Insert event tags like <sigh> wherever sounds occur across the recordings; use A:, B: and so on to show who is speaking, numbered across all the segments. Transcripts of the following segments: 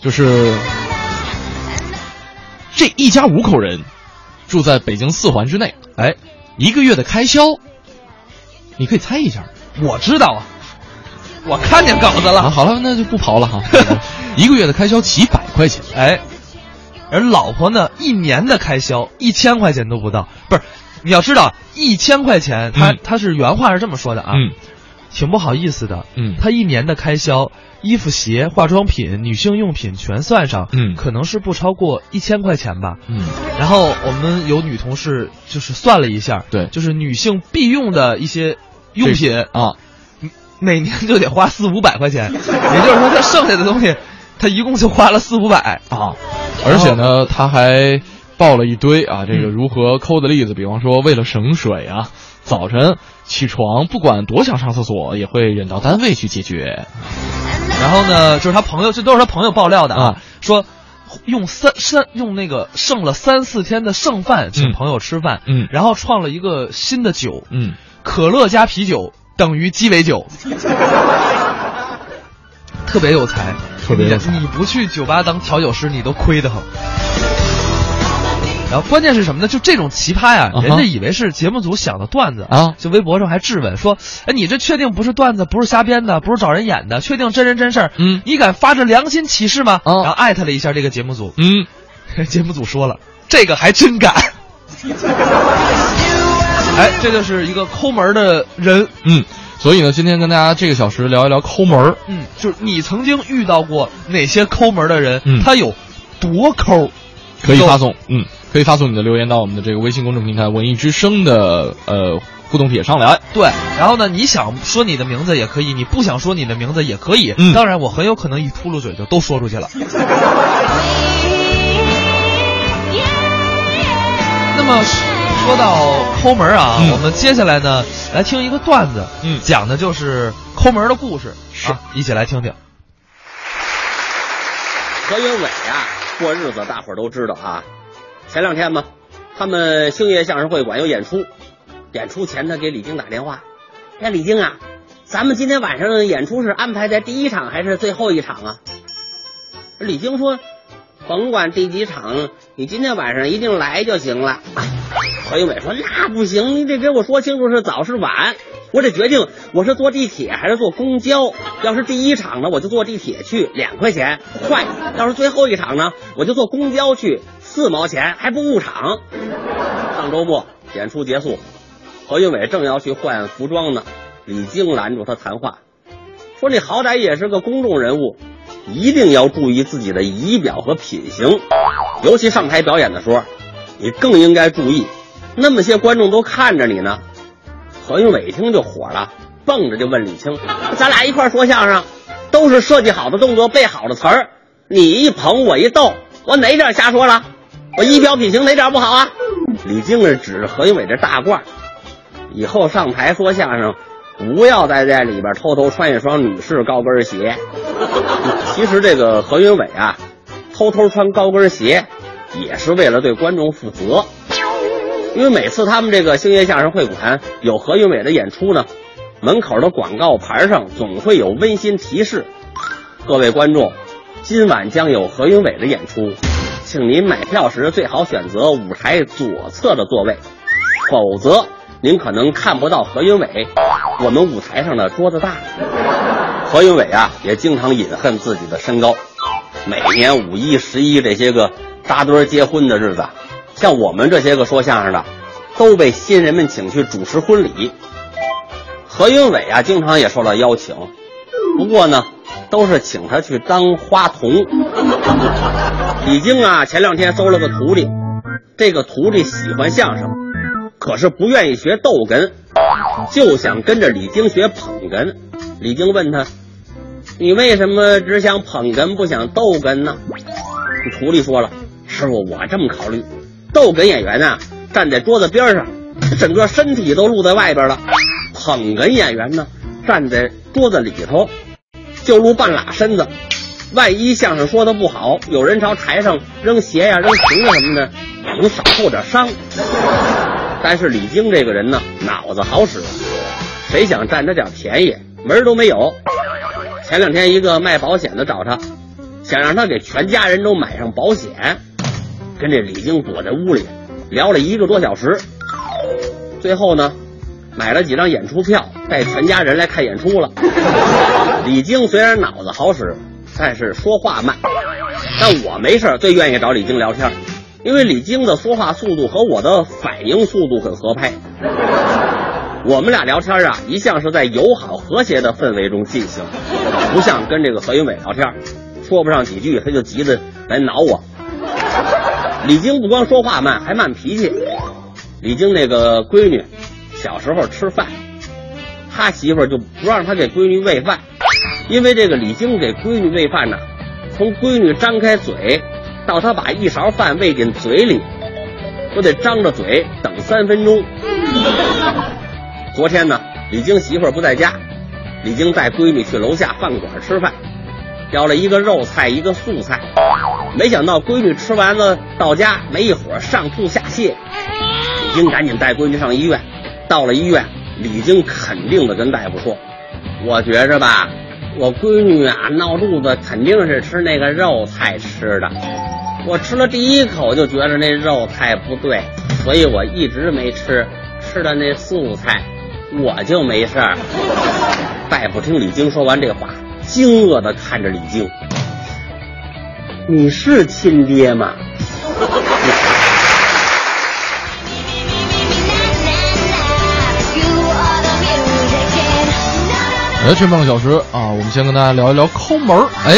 A: 就是这一家五口人住在北京四环之内，
B: 哎，
A: 一个月的开销，你可以猜一下。
B: 我知道啊，我看见稿子
A: 啊，
B: 了。
A: 好了，那就不刨了
B: <laughs>
A: 哈。一个月的开销几百块钱，
B: 哎，而老婆呢，一年的开销一千块钱都不到，不是。你要知道，一千块钱，他
A: 嗯
B: 他是原话是这么说的啊，
A: 嗯，
B: 挺不好意思的，
A: 嗯
B: 他一年的开销，衣服、鞋、化妆品、女性用品全算上，
A: 嗯
B: 可能是不超过一千块钱吧，
A: 嗯，
B: 然后我们有女同事就是算了一下，
A: 对
B: 就是女性必用的一些用品
A: 啊，
B: 每年就得花四五百块钱，也就是说，她剩下的东西，她一共就花了四五百。
A: 啊，而且呢，他还报了一堆啊，
B: 嗯
A: 这个如何抠的例子，比方说为了省水啊，早晨起床不管多想上厕所，也会忍到单位去解决。
B: 然后呢，就是她朋友，这都是她朋友爆料的
A: 啊，
B: 说用三三用那个剩了三四天的剩饭请
A: 嗯
B: 朋友吃饭，
A: 嗯
B: 然后创了一个新的酒，
A: 嗯，
B: 可乐加啤酒等于鸡
A: <laughs>
B: 尾酒，特别有才，
A: 特别有才
B: 你你不去酒吧当调酒师，你都亏得很。然后关键是什么呢？就这种奇葩呀
A: 啊，哈
B: 人家以为是节目组想的段子
A: 啊
B: 就微博上还质问说：“哎，你这确定不是段子，不是瞎编的，不是找人演的，确定真人真事儿？
A: 嗯
B: 你敢发着良心起誓吗？”
A: 啊
B: 然后艾特了一下这个节目组，
A: 嗯，
B: <laughs> 节目组说了，这个还真敢。哎，这就是一个抠门儿的人。
A: 嗯，所以呢，今天跟大家这个小时聊一聊抠门儿。
B: 嗯，就是你曾经遇到过哪些抠门儿的人？
A: 嗯
B: 他有多抠？
A: 可以发送，嗯，可以发送你的留言到我们的这个微信公众平台“文艺之声”的呃互动帖上来。
B: 对，然后呢，你想说你的名字也可以，你不想说你的名字也可以。
A: 嗯
B: 当然，我很有可能一秃噜嘴就都说出去了。那么说到抠门儿啊，
A: 嗯
B: 我们接下来呢来听一个段子，
A: 嗯
B: 讲的就是抠门儿的故事，
A: 是
B: 啊，一起来听听。
C: 何云伟啊，过日子大伙儿都知道啊。前两天嘛，他们星爷相声会馆有演出，演出前他给李菁打电话，哎，李菁啊，咱们今天晚上演出是安排在第一场还是最后一场啊？李菁说，甭管第几场，你今天晚上一定来就行了。哎何云伟说：“那不行，你得给我说清楚是早是晚。我得决定我是坐地铁还是坐公交。要是第一场呢，我就坐地铁去，两块钱，快；要是最后一场呢，我就坐公交去，四毛钱，还不误场。”上周末演出结束，何云伟正要去换服装呢，李菁拦住他谈话，说：“你好歹也是个公众人物，一定要注意自己的仪表和品行，尤其上台表演的时候，你更应该注意。那么些观众都看着你呢。”何云伟一听就火了，蹦着就问李菁：“咱俩一块儿说相声，都是设计好的动作，背好的词儿，你一捧我一逗，我哪点瞎说了？我仪表品行哪点不好啊？”李菁是指着何云伟这大褂儿，以后上台说相声，不要再在里边偷偷穿一双女士高跟鞋。 <laughs> 其实这个何云伟啊，偷偷穿高跟鞋也是为了对观众负责，因为每次他们这个星爷相声会馆有何云伟的演出呢，门口的广告牌上总会有温馨提示：各位观众，今晚将有何云伟的演出，请您买票时最好选择舞台左侧的座位。否则您可能看不到何云伟。我们舞台上的桌子大，何云伟啊也经常隐恨自己的身高。每年五一、十一这些个扎堆儿结婚的日子，像我们这些个说相声的，都被新人们请去主持婚礼。何云伟啊，经常也受到邀请，不过呢，都是请他去当花童。李菁啊，前两天收了个徒弟，这个徒弟喜欢相声，可是不愿意学逗哏，就想跟着李菁学捧哏。李菁问他：“你为什么只想捧哏不想逗哏呢？”徒弟说了：“师傅，我这么考虑，逗哏演员啊，站在桌子边上，整个身体都露在外边了；捧哏演员呢，站在桌子里头，就露半拉身子。万一相声说的不好，有人朝台上扔鞋呀、扔瓶子啊什么的，也能少受点伤。但是李菁这个人呢，脑子好使，啊谁想占他点便宜，门儿都没有。前两天一个卖保险的找他，想让他给全家人都买上保险。跟这李菁躲在屋里聊了一个多小时，最后呢，买了几张演出票，带全家人来看演出了。李菁虽然脑子好使，但是说话慢。但我没事儿最愿意找李菁聊天儿，因为李菁的说话速度和我的反应速度很合拍。我们俩聊天啊，一向是在友好和谐的氛围中进行，不像跟这个何云伟聊天儿，说不上几句他就急着来挠我。李菁不光说话慢，还慢脾气。李菁那个闺女，小时候吃饭，他媳妇儿就不让他给闺女喂饭，因为这个李菁给闺女喂饭呢，从闺女张开嘴到他把一勺饭喂进嘴里，都得张着嘴等三分钟。昨天呢，李菁媳妇儿不在家，李菁带闺女去楼下饭馆吃饭，要了一个肉菜，一个素菜。没想到闺女吃完了到家没一会儿上吐下泻，李菁赶紧带闺女上医院。到了医院，李菁肯定的跟大夫说：“我觉着吧，我闺女啊闹肚子肯定是吃那个肉菜吃的。我吃了第一口就觉着那肉菜不对，所以我一直没吃，吃的那素菜，我就没事儿。”大夫听李菁说完这话，惊愕的看着李菁。你是亲爹吗？
A: 哎，这半个小时啊，我们先跟大家聊一聊抠门儿。
B: 哎，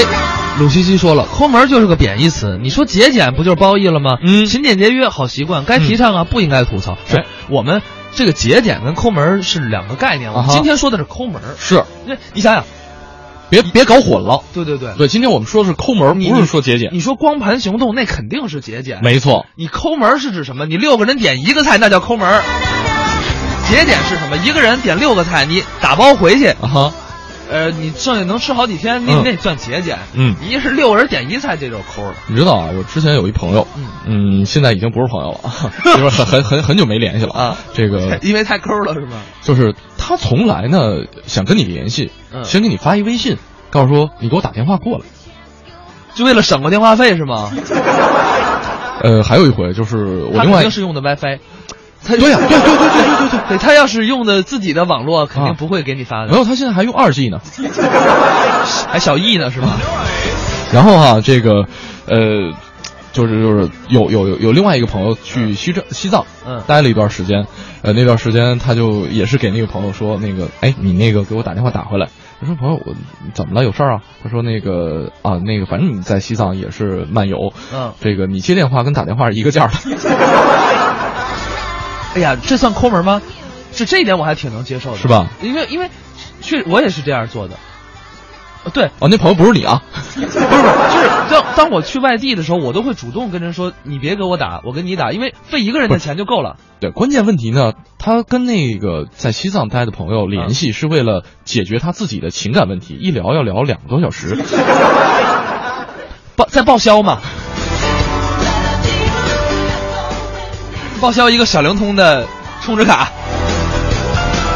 B: 鲁西西说了，抠门就是个贬义词。你说节俭不就是褒义了吗？
A: 嗯
B: 勤俭节约好习惯，该提倡啊，不应该吐槽。
A: 是
B: 哎我们这个节俭跟抠门是两个概念。我
A: 啊
B: 们
A: 哈
B: 今天说的是抠门。
A: 是，
B: 那你想想，
A: 别别搞混了。
B: 对对对，
A: 对，今天我们说的是抠门儿，
B: 你
A: 不是说节俭。
B: 你说光盘行动那肯定是节俭，
A: 没错，
B: 你抠门儿是指什么？你六个人点一个菜，那叫抠门儿。节俭是什么？一个人点六个菜，你打包回去，
A: 啊哈，
B: 呃，你剩下能吃好几天，那、
A: 嗯
B: 那算节俭。
A: 嗯
B: 你一是六个人点一菜，这就是抠了。
A: 你知道啊，我之前有一朋友，嗯，现在已经不是朋友了， <laughs> 就是很很很很久没联系了
B: 啊
A: 这 <laughs> 个
B: <laughs> 因为太抠了，是吗？
A: 就是他从来呢想跟你联系，
B: 嗯
A: 先给你发一微信，告诉说你给我打电话过来。
B: 就为了省个电话费是吗？
A: 呃，还有一回就是我
B: 他
A: 另
B: 肯
A: 外
B: 定是用的 WiFi。他
A: 对呀对对对对对对对
B: 对，啊嗯他要是用的自己的网络，肯定不会给你发
A: 没
B: 的，
A: 有，他现在还用二 G 呢。 <laughs>
B: 还小 E 呢是 <laughs> 吗？
A: 然后哈、这个，呃，就是就是有有有有另外一个朋友去西藏西藏，
B: 嗯
A: 待了一段时间，呃，那段时间他就也是给那个朋友说，那个，哎，你那个给我打电话打回来。我说朋友，我怎么了？有事儿啊？他说那个啊，那个反正你在西藏也是漫游，
B: 嗯
A: 这个你接电话跟打电话是一个价儿的，
B: 哎呀，这算抠门吗？是这一点我还挺能接受的，
A: 是吧？
B: 因为因为确我也是这样做的。呃对，
A: 哦，那朋友不是你啊， <laughs>
B: 不是不是，就是当当我去外地的时候，我都会主动跟人说，你别给我打，我跟你打，因为费一个人的钱就够了。
A: 对，关键问题呢，他跟那个在西藏待的朋友联系，是为了解决他自己的情感问题，一聊要聊两个多小时。
B: 报在报销嘛，报销一个小灵通的充值卡，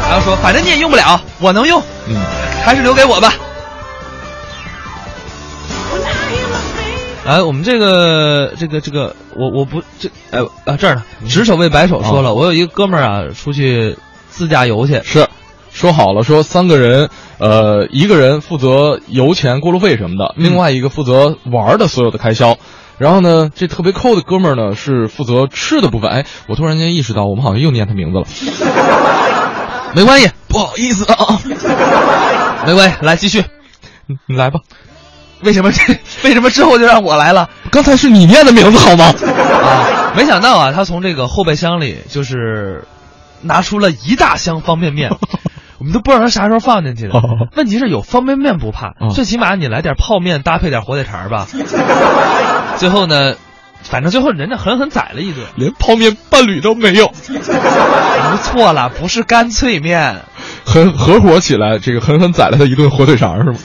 B: 然后说反正你也用不了，我能用，
A: 嗯，
B: 还是留给我吧。哎，我们这个这个这个，我我不这哎啊这儿呢，执手为白手说了，我有一个哥们儿啊，出去自驾游去，
A: 是，说好了说三个人，呃，一个人负责油钱、过路费什么的，另外一个负责玩儿的所有的开销。然后呢，这特别抠的哥们儿呢是负责吃的部分。哎，我突然间意识到，我们好像又念他名字了。 <laughs>
B: 没关系，
A: 不好意思啊，
B: 没关系，来继续。
A: 你你来吧，
B: 为什么这 <laughs> 为什么之后就让我来了？
A: 刚才是你念的名字好吗？
B: 啊，没想到啊，他从这个后备箱里就是拿出了一大箱方
A: <laughs>
B: 便面，我们都不知道他啥时候放进去
A: 哦
B: 的。问题是有方便面不怕
A: 嗯，
B: 最起码你来点泡面搭配点火腿肠
A: <laughs>
B: 吧。最后呢，反正最后人家狠狠宰了一顿。
A: 连泡面伴侣都没有。
B: 不错了，不是干脆面。
A: 狠合伙起来，这个狠狠宰了他一顿火腿肠是吗？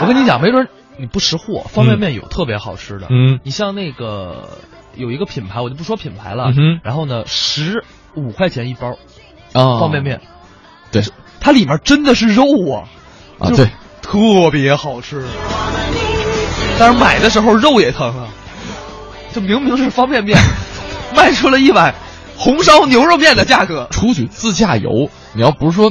B: 我跟你讲，没准你不识货，方便面有特别好吃的。
A: 嗯
B: 你像那个有一个品牌，我就不说品牌了。
A: 嗯哼
B: 然后呢，十五块钱一包
A: 啊
B: 方便，面。
A: 对
B: 它里面真的是肉啊，
A: 啊
B: 就
A: 对，
B: 特别好吃。但是买的时候肉也疼啊。这明明是方便面，卖出了一碗红烧牛肉面的价格。
A: 出去自驾游，你要不是说，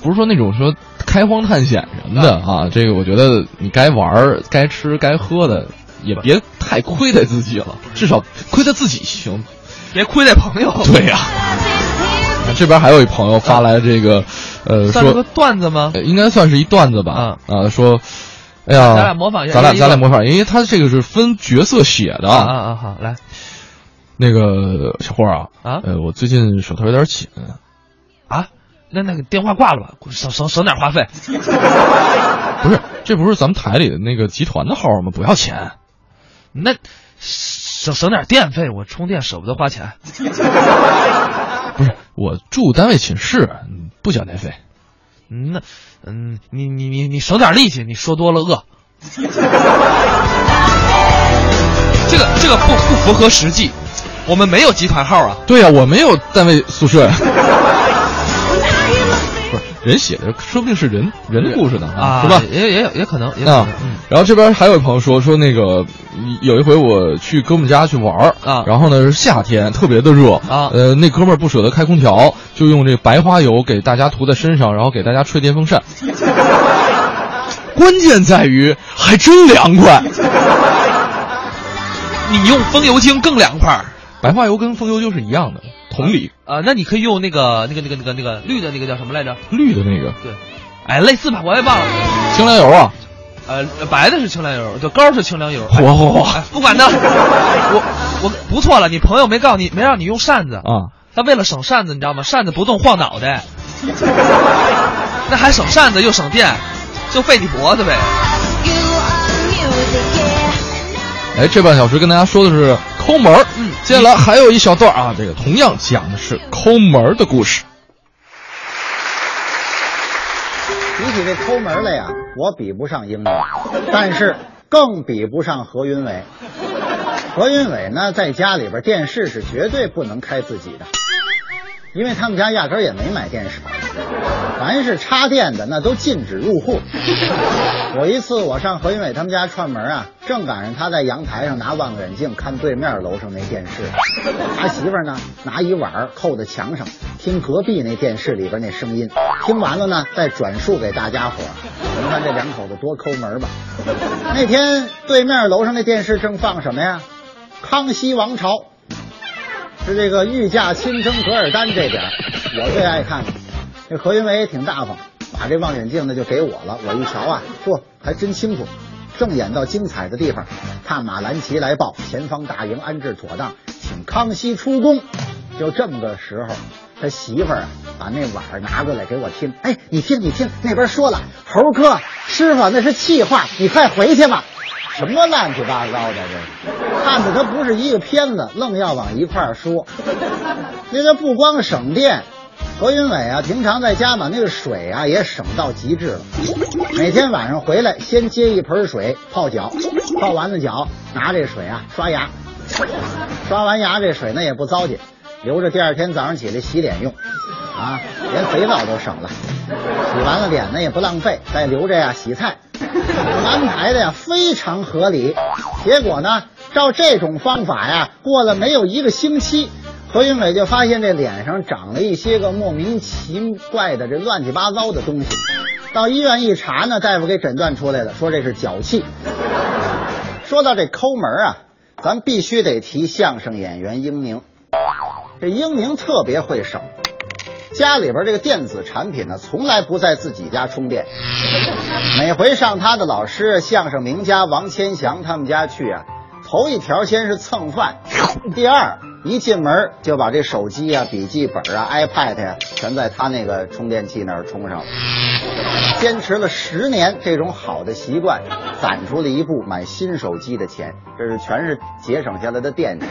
A: 不是说那种说开荒探险什么的啊，这个我觉得你该玩儿、该吃、该喝的，也别太亏待自己了，至少亏待自己行。
B: 别亏待朋友。
A: 对呀、这边还有一朋友发来这个，呃，
B: 算是
A: 说
B: 个段子吗？
A: 呃应该算是一段子吧，啊，说。哎呀，
B: 咱俩模仿一下
A: 咱俩
B: 一个
A: 咱俩模仿，因为他这个是分角色写的
B: 啊啊啊！好，来
A: 那个小霍啊，
B: 啊
A: 呃，我最近手头有点紧，
B: 啊，那那个电话挂了吧，省省省点话费。
A: <laughs> 不是，这不是咱们台里的那个集团的号吗？不要钱，
B: 那省省点电费，我充电舍不得花钱。
A: 不是，我住单位寝室，嗯不交电费。
B: 嗯，那嗯，你你你你省点力气，你说多了饿。这个这个不不符合实际，我们没有集团号啊。
A: 对呀、我没有单位宿舍呀。不是，人写的，说不定是人人的故事呢，
B: 啊，
A: 是吧？
B: 也也有也可能，也可能
A: 啊。，
B: 嗯，
A: 然后这边还有一朋友说说那个，有一回我去哥们家去玩儿
B: 啊
A: 然后呢是夏天，特别的热
B: 啊
A: 呃，那哥们儿不舍得开空调，就用这白花油给大家涂在身上，然后给大家吹电风
B: <laughs>
A: 扇。关键在于还真凉快，
B: 你用风油精更凉快儿
A: 白花油跟风油精是一样的，同理，
B: 啊。那你可以用那个那个那个那个那个绿的那个叫什么来着？
A: 绿的那个
B: 对，哎，类似吧，我也忘了。
A: 清凉油啊，
B: 呃，白的是清凉油，就膏是清凉油。
A: 嚯嚯嚯
B: 哎不管它，我我不错了，你朋友没告你，没让你用扇子
A: 啊，
B: 他为了省扇子，你知道吗？扇子不动晃脑袋，那还省扇子又省电，就费你脖子呗。
A: 哎，这半小时跟大家说的是抠门儿，
B: 嗯
A: 接下来还有一小段啊，这个同样讲的是抠门儿的故事。
D: 比起这抠门儿来呀，我比不上英子，但是更比不上何云伟。何云伟呢，在家里边电视是绝对不能开自己的，因为他们家压根儿也没买电视，凡是插电的那都禁止入户。有一次我上何云伟他们家串门啊，正赶上他在阳台上拿望远镜看对面楼上那电视，他媳妇儿呢拿一碗儿扣在墙上，听隔壁那电视里边那声音，听完了呢再转述给大家伙儿。你看这两口子多抠门儿吧？ <laughs> 那天对面楼上那电视正放什么呀？康熙王朝。是这个御驾亲征噶尔丹这点儿我最爱看了。这何云伟也挺大方，把这望远镜呢就给我了。我一瞧啊，嚯，还真清楚。正演到精彩的地方，探马兰奇来报，前方大营安置妥当，请康熙出宫。就这么个时候，他媳妇儿啊把那碗儿拿过来给我听，哎，你听你听，那边说了，猴哥，师傅那是气话，你快回去吧。什么乱七八糟的这是，看着它不是一个片子，愣要往一块儿说。那个不光省电，何云伟啊，平常在家把那个水啊也省到极致了。每天晚上回来，先接一盆水泡脚，泡完了脚，拿这水啊刷牙，刷完牙这水呢也不糟践，留着第二天早上起来洗脸用，啊，连肥皂都省了。洗完了脸呢也不浪费，再留着呀洗菜。安排的呀非常合理。结果呢，照这种方法呀，过了没有一个星期，何云伟就发现这脸上长了一些个莫名其怪的这乱七八糟的东西。到医院一查呢，大夫给诊断出来了，说这是脚气。说到这抠门啊，咱必须得提相声演员英宁。这英宁特别会省，家里边这个电子产品呢，从来不在自己家充电。每回上他的老师相声名家王千祥他们家去啊，头一条先是蹭饭，第二一进门就把这手机啊、笔记本啊、iPad 呀、全在他那个充电器那儿充上了。坚持了十年这种好的习惯，攒出了一部买新手机的钱，这是全是节省下来的电费。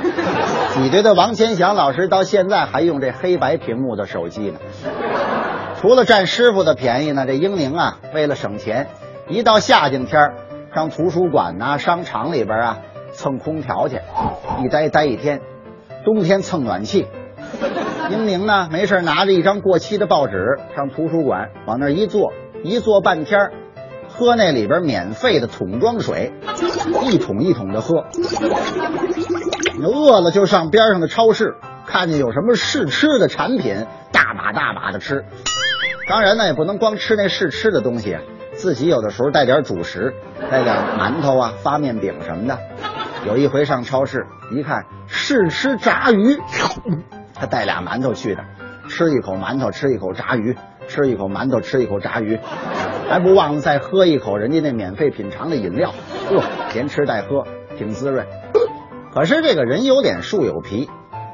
D: 你觉得王千祥老师到现在还用这黑白屏幕的手机呢？除了占师傅的便宜呢，这英宁啊，为了省钱，一到夏天天儿上图书馆呐、商场里边啊蹭空调去，一待待一天；冬天蹭暖气。英宁呢，没事拿着一张过期的报纸上图书馆，往那儿一坐，一坐半天儿喝那里边免费的桶装水，一桶一桶的喝。你饿了就上边上的超市，看见有什么试吃的产品，大把大把的吃。当然呢，也不能光吃那试吃的东西，啊自己有的时候带点主食，带点馒头啊、发面饼什么的。有一回上超市一看，试吃炸鱼，他带俩馒头去的，吃一口馒头，吃一口炸鱼，吃一口馒头，吃一口炸鱼，还不忘了再喝一口人家那免费品尝的饮料。哟，连吃带喝，挺滋润。可是这个人有脸树有皮，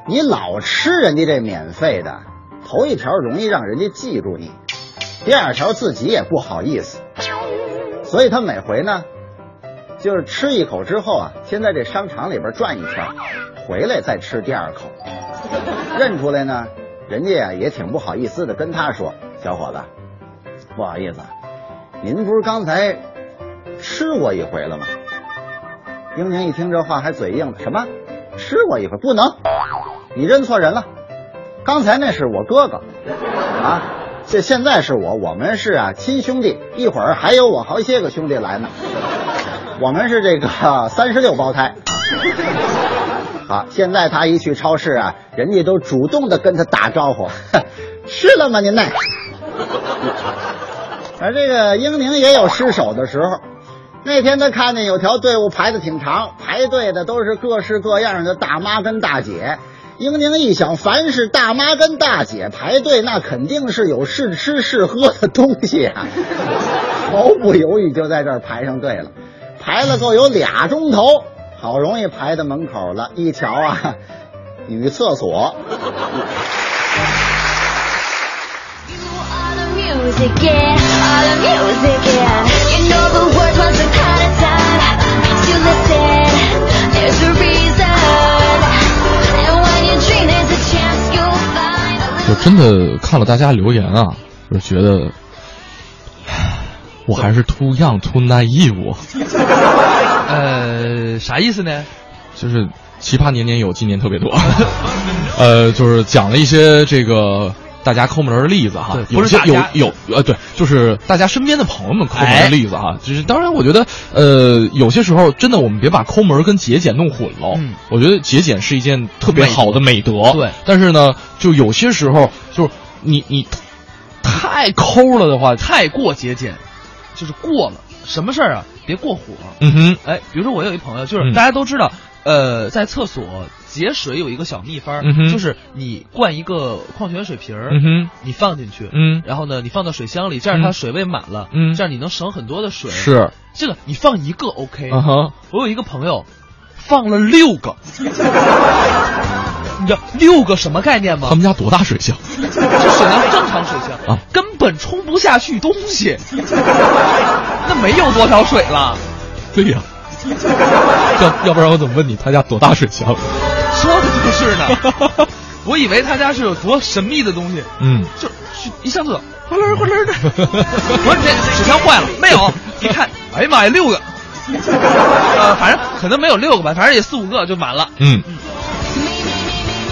D: 你老吃人家这免费的，头一条容易让人家记住你，第二条自己也不好意思，所以他每回呢，就是吃一口之后啊，先在这商场里边转一圈，回来再吃第二口。认出来呢，人家呀也挺不好意思的，跟他说：“小伙子，不好意思，您不是刚才吃过一回了吗？”英宁一听这话还嘴硬了，什么吃我一回不能？你认错人了，刚才那是我哥哥啊，这现在是我，我们是啊亲兄弟，一会儿还有我好些个兄弟来呢，我们是这个三十六胞胎。 <laughs> 好，啊现在他一去超市啊，人家都主动的跟他打招呼， <laughs> 呵吃了吗您 <laughs> 那？而这个英宁也有失手的时候。那天他看见有条队伍排的挺长，排队的都是各式各样的大妈跟大姐。英宁一想，凡是大妈跟大姐排队，那肯定是有试吃试喝的东西啊， <laughs> 毫不犹豫就在这儿排上队了。排了够有俩钟头，好容易排到门口了，一瞧啊，女厕所。
E: You are the music, yeah, are the music, yeah. You know the words once upon a time. You listen, there's a reason. And when you dream, there's a chance you'll find a
A: 就
E: little.
A: 真的看了大家留言啊，就是觉得，唉我还是 too young too naive，
B: 呃，啥意思呢？
A: 就是奇葩年年有，今年特别多。 <laughs> 呃，就是讲了一些这个大家抠门儿的例子哈
B: 对，
A: 有
B: 不是
A: 些
B: 大
A: 有
B: 家
A: 有呃，对，就是大家身边的朋友们抠门儿的例子哈。
B: 哎
A: 就是当然，我觉得呃，有些时候真的我们别把抠门儿跟节俭弄混了。哦
B: 嗯
A: 我觉得节俭是一件特别
B: 美德
A: 好的美德。
B: 对
A: 但是呢，就有些时候就是你你太抠了的话，
B: 太过节俭，就是过了什么事儿啊，别过火。
A: 嗯哼，
B: 哎，比如说我有一朋友，就是
A: 嗯
B: 大家都知道，呃，在厕所节水有一个小秘方儿，
A: 嗯哼
B: 就是你灌一个矿泉水瓶儿，
A: 嗯哼
B: 你放进去，
A: 嗯
B: 然后呢，你放到水箱里，这样
A: 嗯
B: 它水位满了，
A: 嗯
B: 这样你能省很多的水。，
A: 是，
B: 这个你放一个 OK，、
A: 嗯哼，
B: 我有一个朋友，放了六个， <laughs> 你知道六个什么概念吗
A: 他？们家多大水箱？ <laughs>
B: 就水量正常水箱
A: 啊
B: 根本冲不下去东西， <laughs> 那没有多少水了。
A: 对 <laughs> 呀、要要不然我怎么问你他家多大水箱？
B: 说的就是呢， <laughs> 我以为他家是有多神秘的东西，
A: 嗯，
B: 就去一上厕所，哗啦哗啦的， <laughs> 我说你这纸箱坏了没有？一看，哎呀妈呀，六个，呃，反正可能没有六个吧，反正也四五个就满了。
A: 嗯，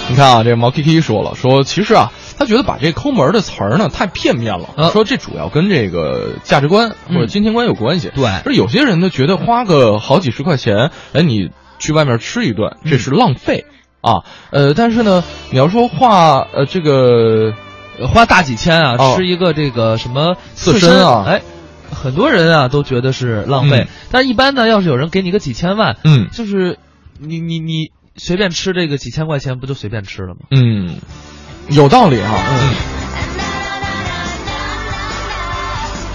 A: 你看啊，这毛 K K 说了，说其实啊，他觉得把这抠门儿的词儿呢太片面了，
B: 嗯
A: 说这主要跟这个价值观或者
B: 嗯
A: 金钱观有关系。
B: 对
A: 说有些人呢觉得花个好几十块钱，哎，你去外面吃一顿，这是浪费、啊。呃，但是呢，你要说话，呃，这个
B: 呃花大几千啊，
A: 哦
B: 吃一个这个什么
A: 刺身
B: 身
A: 啊
B: 哎，很多人啊都觉得是浪费，
A: 嗯
B: 但是一般呢，要是有人给你个几千万，
A: 嗯
B: 就是你你你随便吃这个几千块钱，不就随便吃了吗？
A: 嗯，有道理哈、嗯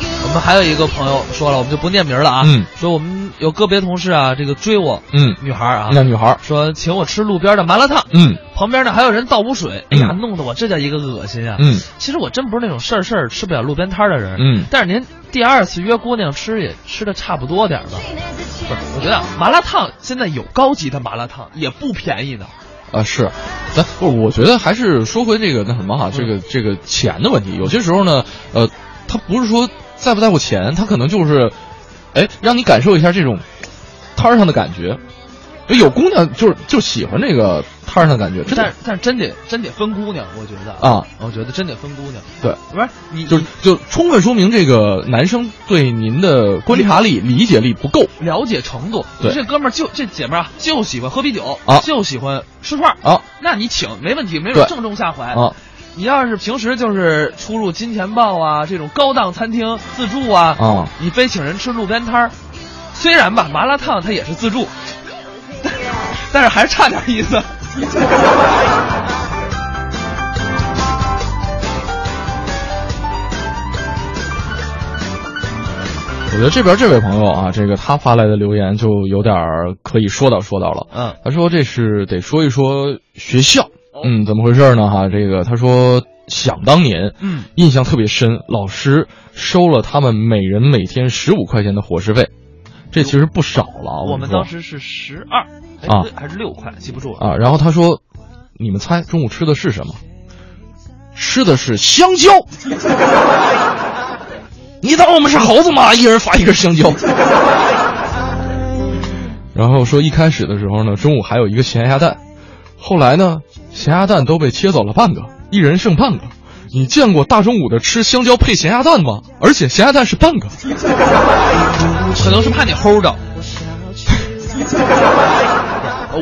E: You
B: 我们还有一个朋友说了，我们就不念名了啊，
A: 嗯
B: 说我们有个别同事啊，这个追我，
A: 嗯
B: 女孩啊，
A: 那女孩儿，
B: 说请我吃路边的麻辣烫，
A: 嗯
B: 旁边呢还有人倒污水，哎呀，
A: 嗯
B: 弄得我这叫一个恶心啊！
A: 嗯，
B: 其实我真不是那种事儿事儿吃不了路边摊儿的人，
A: 嗯
B: 但是您第二次约姑娘吃也吃的差不多点儿吧？
E: dream, there's a
B: 不是
E: chance.，
B: 我觉得啊麻辣烫现在有高级的麻辣烫，也不便宜呢。
A: 啊，是，咱不是，我觉得还是说回这个那什么哈，这
B: 嗯
A: 个这个钱的问题。有些时候呢，呃，他不是说在不在乎钱，他可能就是，哎，让你感受一下这种摊儿上的感觉。有姑娘就是就喜欢这个摊儿上的感觉，真
B: 但
A: 的
B: 是但是真得真得分姑娘，我觉得，
A: 啊，
B: 我觉得真得分姑娘，
A: 对，
B: 不是你
A: 就是就充分说明这个男生对您的观察力、理解力不够
B: 了解程度，
A: 对
B: 这哥们儿就这姐们儿啊，就喜欢喝啤酒
A: 啊
B: 就喜欢吃串儿
A: 啊
B: 那你请没问题，没
A: 对
B: 准正中下怀
A: 啊。
B: 你要是平时就是出入金钱豹啊这种高档餐厅自助啊，
A: 啊
B: 你非请人吃路边摊儿，虽然吧麻辣烫它也是自助，但是还是差点意思。
A: 我觉得这边这位朋友啊，这个他发来的留言就有点儿可以说到说到了。
B: 嗯，哦
A: 他说这是得说一说学校，嗯，怎么回事呢？哈，这个他说想当年，
B: 嗯，
A: 印象特别深，老师收了他们每人每天十五块钱的伙食费，这其实不少了啊。
B: 我们
A: 跟你
B: 当
A: 说
B: 时是十二，
A: 啊
B: 还是六块，记不住了。
A: 啊，然后他说，你们猜中午吃的是什么？吃的是香蕉。你当我们是猴子吗？一人发一根香蕉。然后说一开始的时候呢，中午还有一个咸鸭蛋，后来呢，咸鸭蛋都被切走了半个，一人剩半个。你见过大中午的吃香蕉配咸鸭蛋吗？而且咸鸭蛋是半个。
B: 可能是怕你齁着。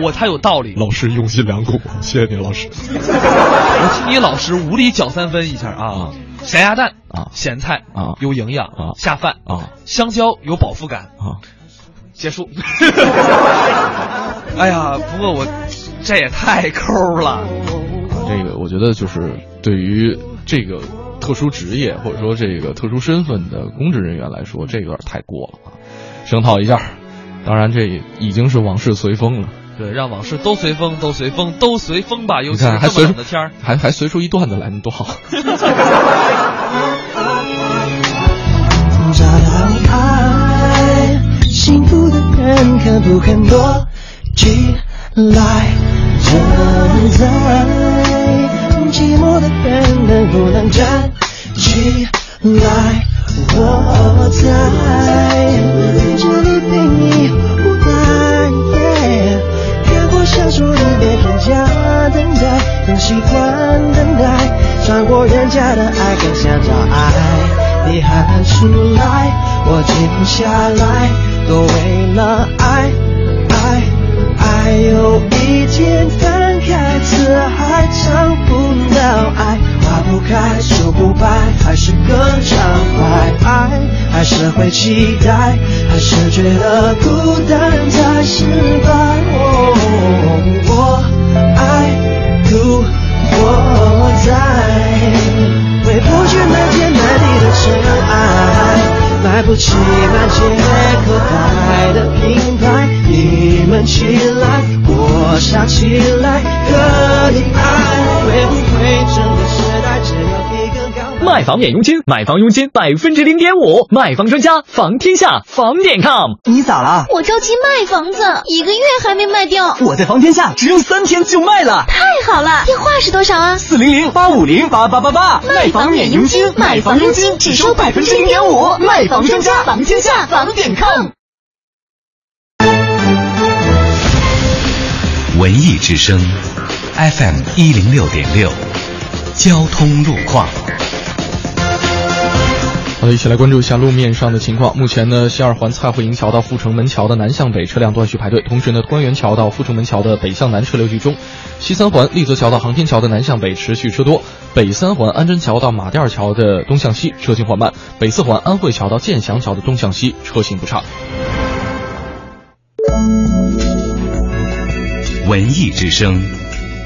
B: 我他有道理，
A: 老师用心良苦，谢谢您老师。
B: 我听你老师无理搅三分一下啊
A: 啊，
B: 咸鸭蛋
A: 啊
B: 咸菜
A: 啊
B: 有营养
A: 啊
B: 下饭
A: 啊
B: 香蕉有饱腹感，
A: 啊！<laughs>
B: 结束。哎呀，不过我这也太抠了，
A: 这个我觉得就是对于这个特殊职业或者说这个特殊身份的公职人员来说，这个有点太过了啊，声讨一下。当然，这已经是往事随风了。
B: 对，让往事都随风，都随风，都随风吧，尤
A: 你
B: 其是
A: 看，还
B: 这么
A: 随
B: 冷
A: 出
B: 的天儿。
A: 还还随出一段子来，你多好。
F: 找到爱，幸福的人可不肯躲起来？站在寂寞的人能不能站起来？我在这里陪你无奈。越过相处里别人家等待，更习惯等待，穿过人家的爱，更想找爱。你喊出来，我停下来，都为了爱，爱，爱。有一天翻开词海，找不到爱，花不开，树不白，还是更畅怀爱，还是会期待，还是觉得孤单太失败。哦我爱独活在回不去那天满地的尘埃，买不起满街可爱的品牌。你们起来，我想起来，可以爱，会不会整个时代只有一个港湾？
G: 卖房免佣金，买房佣金百分之零点五，卖房专家房天下房点 com。
F: 你咋了？
E: 我着急卖房子，一个月还没卖掉，
F: 我在房天下只用三天就卖了，
E: 太好了！电话是多少啊？
F: 四零零八五零八八八八，
E: 卖房免佣金，买房佣金只收百分之零点五，卖房专家，房天下，房点 com。
H: 文艺之声，FM 一零六点六，交通路况。
A: 好的，一起来关注一下路面上的情况。目前呢，西二环蔡慧营桥到阜成门桥的南向北车辆断续排队，同时呢，官园桥到阜成门桥的北向南车流集中；西三环丽泽桥到航天桥的南向北持续车多；北三环安贞桥到马甸儿桥的东向西车行缓慢；北四环安慧桥到建祥桥的东向西车行不畅。
H: 文艺之声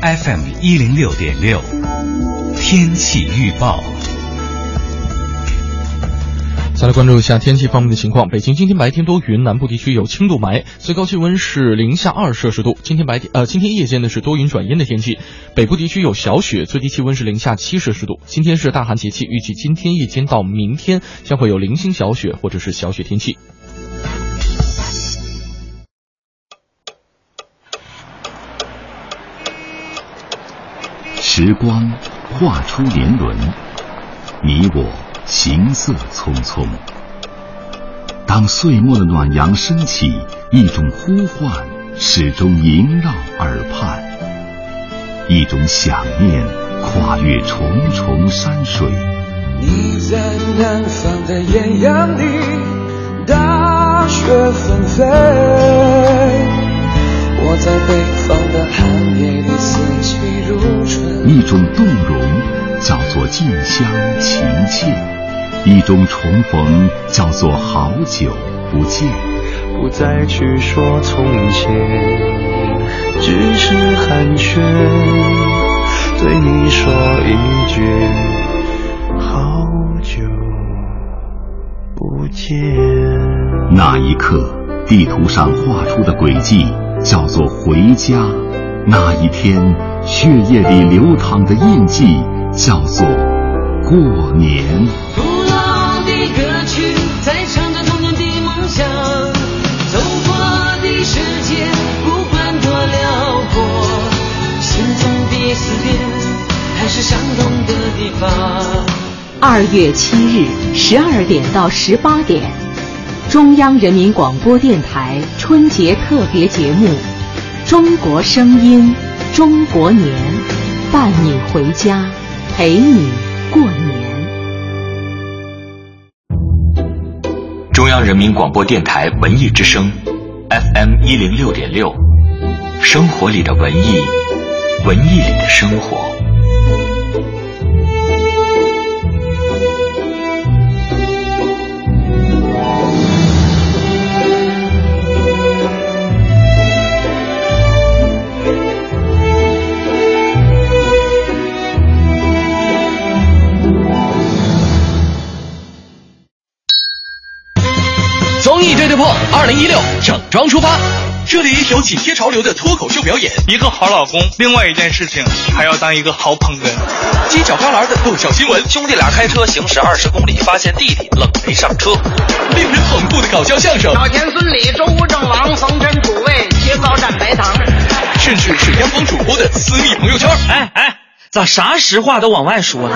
H: ，FM 一零六点六，天气预报。
A: 再来关注一下天气方面的情况。北京今天白天多云，南部地区有轻度霾，最高气温是零下二摄氏度。今天白天呃，今天夜间呢是多云转阴的天气，北部地区有小雪，最低气温是零下七摄氏度。今天是大寒节气，预计今天夜间到明天将会有零星小雪或者是小雪天气。
H: 时光画出年轮，你我行色匆匆。当岁末的暖阳升起，一种呼唤始终萦绕耳畔。一种想念跨越重重山水，
F: 你在南方的艳阳里，大雪纷飞；我在北方的寒夜里，四季如春。
H: 一种动容叫做近乡情怯，一种重逢叫做好久不见。
F: 不再去说从前，只是寒暄，对你说一句好久不见。
H: 那一刻，地图上画出的轨迹叫做回家；那一天，血液里流淌的印记叫做过年。
I: 古老的歌曲在唱着童年的梦想，走过的世界不管多辽阔，心中的思念还是相同的地方。
J: 二月七日十二点到十八点，中央人民广播电台春节特别节目《中国声音·中国年》，伴你回家，陪你过年。
K: 中央人民广播电台文艺之声，FM 一零六点六，生活里的文艺，文艺里的生活。
L: 综艺对对碰，二零一六整装出发。这里有紧贴潮流的脱口秀表演，
M: 一个好老公，另外一件事情还要当一个好捧哏。
L: 犄角旮旯的爆笑新闻，
N: 兄弟俩开车行驶二十公里，发现弟弟冷没上车。
L: 令人捧腹的搞笑相声，
O: 老田、孙李、周吴、郑王、冯真、楚卫、薛高占白糖。
L: 甚至是央广主播的私密朋友圈。
P: 哎哎，咋啥实话都往外说呢？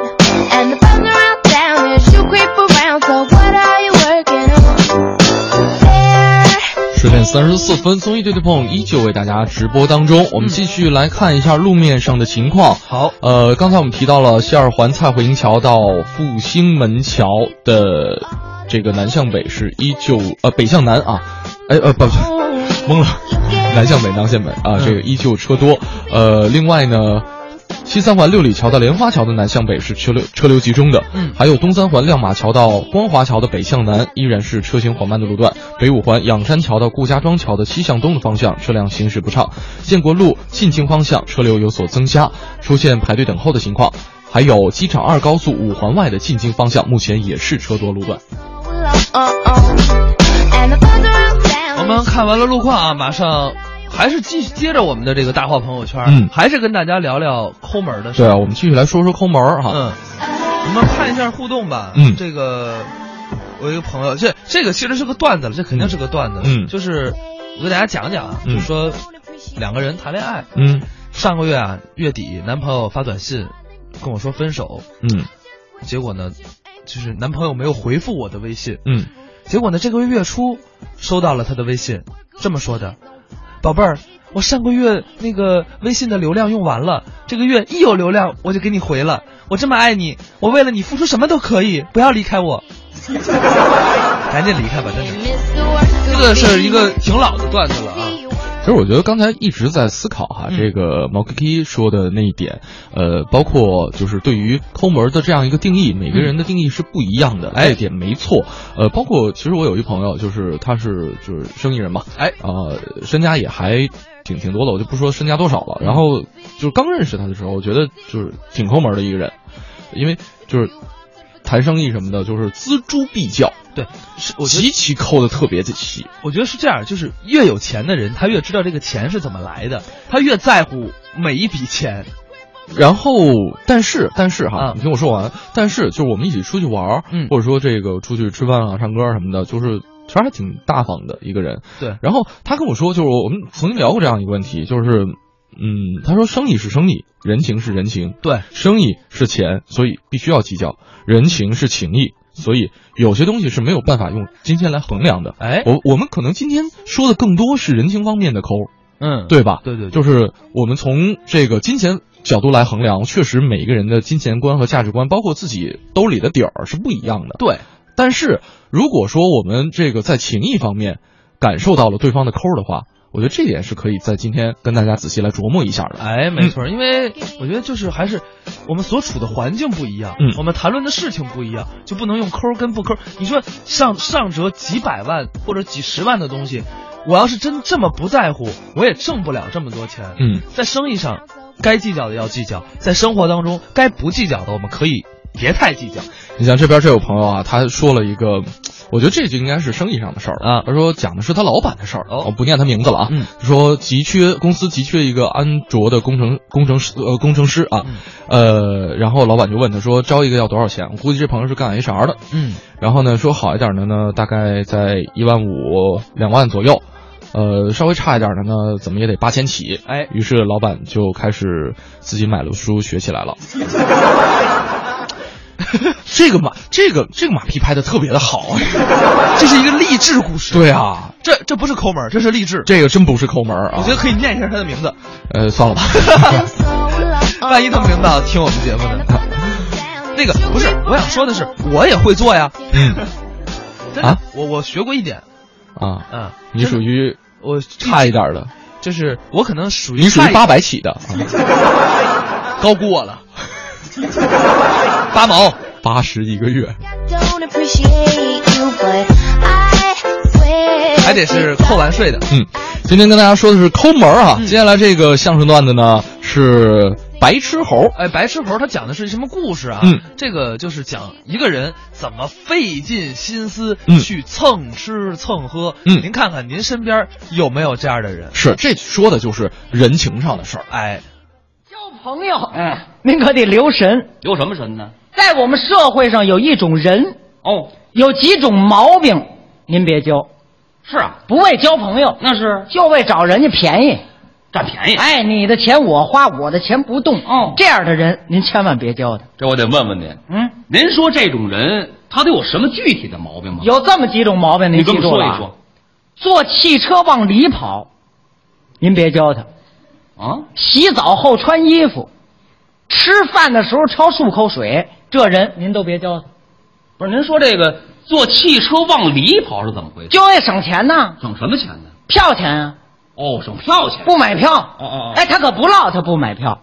E: And the buzz around town is you creep around, so what are you working on? There,
A: 十点三十四分，综艺对对碰依旧为大家直播当中。我们继续来看一下路面上的情况。
B: 好，
A: 呃，刚才我们提到了西二环蔡慧营桥到复兴门桥的这个南向北是依旧呃北向南啊，哎呃不不，懵了，南向北南向北
B: 嗯
A: 啊，这个依旧车多。呃，另外呢。西三环六里桥到莲花桥的南向北是车流车流集中的，
B: 嗯
A: 还有东三环亮马桥到光华桥的北向南依然是车行缓慢的路段，北五环仰山桥到顾家庄桥的西向东的方向车辆行驶不畅，建国路进京方向车流有所增加，出现排队等候的情况。还有机场二高速五环外的进京方向，目前也是车多路段。
B: 嗯
E: alone. And the buzz around town
B: 我们看完了路况啊，马上还是继续接着我们的这个大话朋友圈，
A: 嗯
B: 还是跟大家聊聊抠门的事
A: 对
B: 儿。
A: 啊，我们继续来说说抠门儿哈。
B: 嗯，我们看一下互动吧。
A: 嗯
B: 这个我有一个朋友，这这个其实是个段子了，这肯定是个段子。
A: 嗯
B: 就是我给大家讲讲啊，
A: 嗯
B: 就说两个人谈恋爱，
A: 嗯
B: 上个月啊月底，男朋友发短信跟我说分手，
A: 嗯
B: 结果呢，就是男朋友没有回复我的微信，
A: 嗯
B: 结果呢，这个月初收到了他的微信，这么说的：“宝贝儿，我上个月那个微信的流量用完了，这个月一有流量我就给你回了。我这么爱你，我为了你付出什么都可以，不要离开我。 <laughs> 赶紧离开吧，真的。
E: miss the work
B: 这
E: could
B: 个是
E: be.
B: 一个挺老的段子了啊。 <laughs>
A: 其实我觉得刚才一直在思考哈，
B: 嗯
A: 这个毛 K K 说的那一点，呃，包括就是对于抠门的这样一个定义，每个人的定义是不一样的，
B: 嗯
A: 哎、这点没错。呃，包括其实我有一朋友，就是他是就是生意人嘛，
B: 哎
A: 呃，身家也还挺挺多的，我就不说身家多少了。
B: 嗯
A: 然后就是刚认识他的时候，我觉得就是挺抠门的一个人，因为就是谈生意什么的，就是锱铢必较，
B: 对，是我觉得
A: 极其抠的特别的细。
B: 我觉得是这样，就是越有钱的人，他越知道这个钱是怎么来的，他越在乎每一笔钱。
A: 然后，但是，但是
B: 啊
A: 哈，你听我说完。但是，就是我们一起出去玩儿，
B: 嗯
A: 或者说这个出去吃饭啊、唱歌啊什么的，就是其实还挺大方的一个人。
B: 对，
A: 然后他跟我说，就是我们曾经聊过这样一个问题，就是，嗯，他说生意是生意，人情是人情，
B: 对，
A: 生意是钱，所以必须要计较；人情是情谊，所以有些东西是没有办法用金钱来衡量的。
B: 哎，
A: 我我们可能今天说的更多是人情方面的抠，
B: 嗯
A: 对吧？
B: 对对对
A: 就是我们从这个金钱角度来衡量，确实每一个人的金钱观和价值观，包括自己兜里的底儿是不一样的。
B: 对，
A: 但是如果说我们这个在情谊方面感受到了对方的抠的话，我觉得这点是可以在今天跟大家仔细来琢磨一下的。
B: 哎，没错，因为我觉得就是还是我们所处的环境不一样，
A: 嗯
B: 我们谈论的事情不一样，就不能用抠儿跟不抠儿。你说上上折几百万或者几十万的东西，我要是真这么不在乎，我也挣不了这么多钱。
A: 嗯，
B: 在生意上该计较的要计较，在生活当中该不计较的我们可以别太计较。
A: 你像这边这有朋友啊，他说了一个，我觉得这就应该是生意上的事儿啊。他说讲的是他老板的事儿，
B: 哦
A: 我不念他名字了啊。
B: 嗯
A: 说急缺公司急缺一个安卓的工程工程师呃工程师啊，
B: 嗯
A: 呃，然后老板就问他说招一个要多少钱？我估计这朋友是干 HR 的，
B: 嗯，
A: 然后呢说好一点的呢，大概在一万五两万左右。呃，稍微差一点的呢，怎么也得八千起。
B: 哎，
A: 于是老板就开始自己买了书学起来了。这个马，这个这个马屁拍的特别的好，
B: 啊这是一个励志故事。
A: 对啊，
B: 这这不是抠门儿，这是励志。
A: 这个真不是抠门儿
B: 我
A: 啊
B: 觉。得可以念一下他的名字，
A: 呃，算了吧。
B: <laughs> 万一他们领导听我们节目
A: <laughs>
B: 呢？
A: 啊
B: 那个不是，我想说的是，我也会做呀。 <laughs> 真的，
A: 啊
B: 我我学过一点，
A: 啊，
B: 嗯，
A: 你属于
B: 我
A: 差一点的，
B: 就是我可能属于
A: 你属
B: 差
A: 于
B: 一
A: 八百起的，啊
B: 高估我了，八毛
A: 八十一个月。
E: Don't appreciate you, but I swear.
B: 还得是扣
E: <laughs>
B: 完税的。
A: 嗯，今天跟大家说的是抠门儿啊。
B: 嗯
A: 接下来这个相声段子呢是白痴猴，
B: 哎，白痴猴他讲的是什么故事啊？
A: 嗯，
B: 这个就是讲一个人怎么费尽心思
A: 嗯
B: 去蹭吃蹭喝。
A: 嗯
B: 您看看您身边有没有这样的人？
A: 是这说的就是人情上的事儿。
B: 哎，
Q: 朋友，嗯，您可得留神，
N: 留什么神呢？
Q: 在我们社会上有一种人哦，有几种毛病，您别交。
N: 是啊，
Q: 不为交朋友，那是就为找人家便宜，
N: 占便宜。
Q: 哎，你的钱我花，我的钱不动。哦，这样的人您千万别交的。
N: 这我得问问您，
Q: 嗯，
N: 您说这种人他得有什么具体的毛病吗？
Q: 有这么几种毛病，您
N: 你
Q: 记
N: 跟我
Q: 住
N: 说
Q: 了
N: 一
Q: 啊。
N: 说
Q: 坐汽车往里跑，您别教他。
N: 啊！
Q: 洗澡后穿衣服，吃饭的时候焯漱口水，这人您都别教他。
N: 不是您说这个坐汽车往里跑是怎么回事？
Q: 就为省钱呢，
N: 省什么钱呢？
Q: 票钱啊，
N: 哦，省票钱。
Q: 不买票。
N: 哦哦哦，
Q: 哎，他可不落，他不买票，